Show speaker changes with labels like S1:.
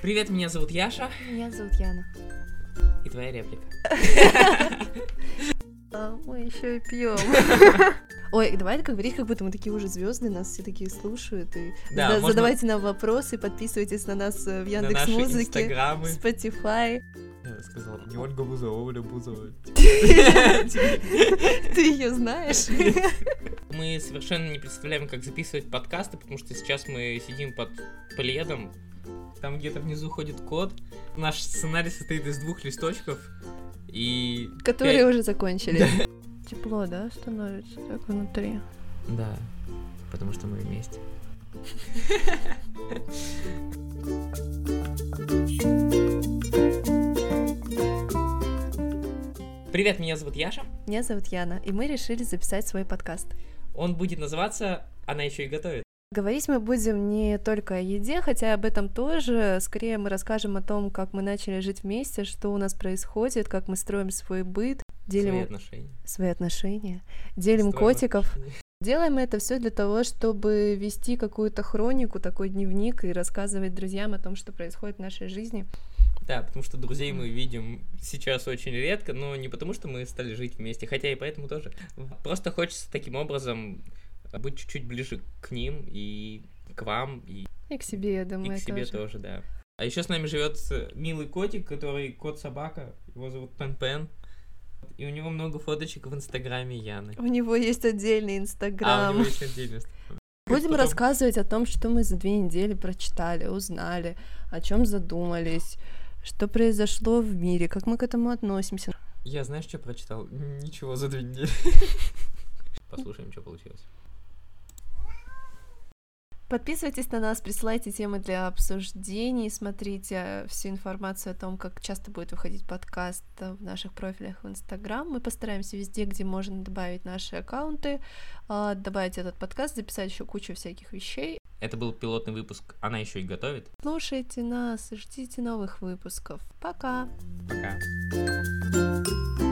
S1: Привет, меня зовут Яша.
S2: Меня зовут Яна.
S1: И твоя реплика.
S2: А мы еще и пьем. Ой, давай говорить, как будто мы такие уже звезды, нас все такие слушают. И
S1: Да,
S2: за-
S1: можно-
S2: задавайте нам вопросы, подписывайтесь на нас э, в
S1: На
S2: Яндекс
S1: наши
S2: Музыке,
S1: инстаграмы.
S2: Spotify.
S1: Я сказал, не Ольга Бузова, Оля Бузова.
S2: Ты ее знаешь?
S1: Мы совершенно не представляем, как записывать подкасты, потому что сейчас мы сидим под пледом. Там где-то внизу ходит код. Наш сценарий состоит из двух листочков. И...
S2: Которые уже закончили. Тепло, да, становится так внутри.
S1: пять- Да, потому что мы вместе. Привет, меня зовут Яша.
S2: Меня зовут Яна, и мы решили записать свой подкаст.
S1: Он будет называться «Она еще и готовит».
S2: Говорить мы будем не только о еде, хотя об этом тоже. Скорее мы расскажем о том, как мы начали жить вместе, что у нас происходит, как мы строим свой быт, делим
S1: Свои отношения.
S2: свои отношения, делим
S1: Строим
S2: котиков.
S1: отношения.
S2: Делаем это все для того, чтобы вести какую-то хронику, такой дневник и рассказывать друзьям о том, что происходит в нашей жизни.
S1: Да, потому что друзей мы видим сейчас очень редко, но не потому, что мы стали жить вместе, хотя и поэтому тоже. Просто хочется таким образом быть чуть-чуть ближе к ним и к вам, и,
S2: И к себе, я
S1: и
S2: думаю,
S1: к себе
S2: тоже.
S1: тоже, да. А еще с нами живет э, милый котик, который кот-собака, его зовут Пен Пен. И у него много фоточек в инстаграме Яны.
S2: У него есть отдельный
S1: А, у
S2: инстаграм.
S1: него есть отдельный Инстаграм.
S2: Будем
S1: Потом-
S2: рассказывать о том, что мы за две недели прочитали, узнали, о чем задумались, что произошло в мире, как мы к этому относимся.
S1: Я знаешь, что прочитал? Ничего за две недели. Послушаем, что получилось.
S2: Подписывайтесь на нас, присылайте темы для обсуждений, смотрите всю информацию о том, как часто будет выходить подкаст э, в наших профилях в Инстаграм. Мы постараемся везде, где можно добавить наши аккаунты, э, добавить этот подкаст, записать еще кучу всяких вещей.
S1: Это был пилотный выпуск «Она еще и готовит».
S2: Слушайте нас, ждите новых выпусков. Пока!
S1: Пока.
S2: Thank